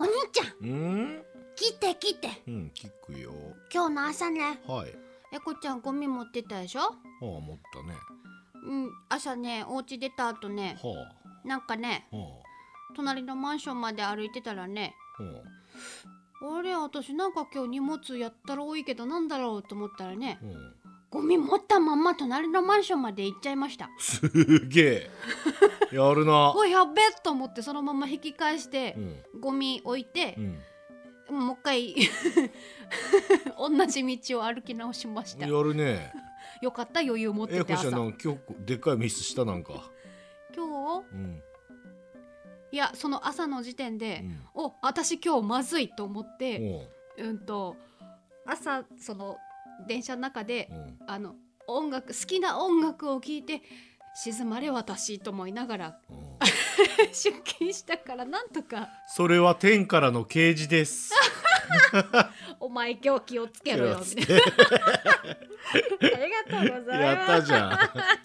お兄ちゃんうん来て来てうん聞くよ今日の朝ねはい英子ちゃんゴミ持ってったでしょああ思ったねうん朝ねお家出た後ねはなんかねあは隣のマンションまで歩いてたらねあはあれ私なんか今日荷物やったら多いけどなんだろうと思ったらねあうんゴミ持ったまんま隣のマンションまで行っちゃいましたす げえやるなおいやっべえと思ってそのまま引き返してうんゴミ置いてう、んもう一回 同じ道を歩き直しましたやよるねかった余裕持ってえてこちゃ朝ん今なんか今日でっかいミスしたなんか日うんいやその朝の時点うで、んお私今日まずいと思っうて、んうんと朝その電車の中でう、んあの音楽好きな音楽を聴いて静まれ私と思いながらうん出勤したからなんとかそれは天からの啓示です。お前今日気をつけろよみたいやな ありがとうございます。ったじゃん。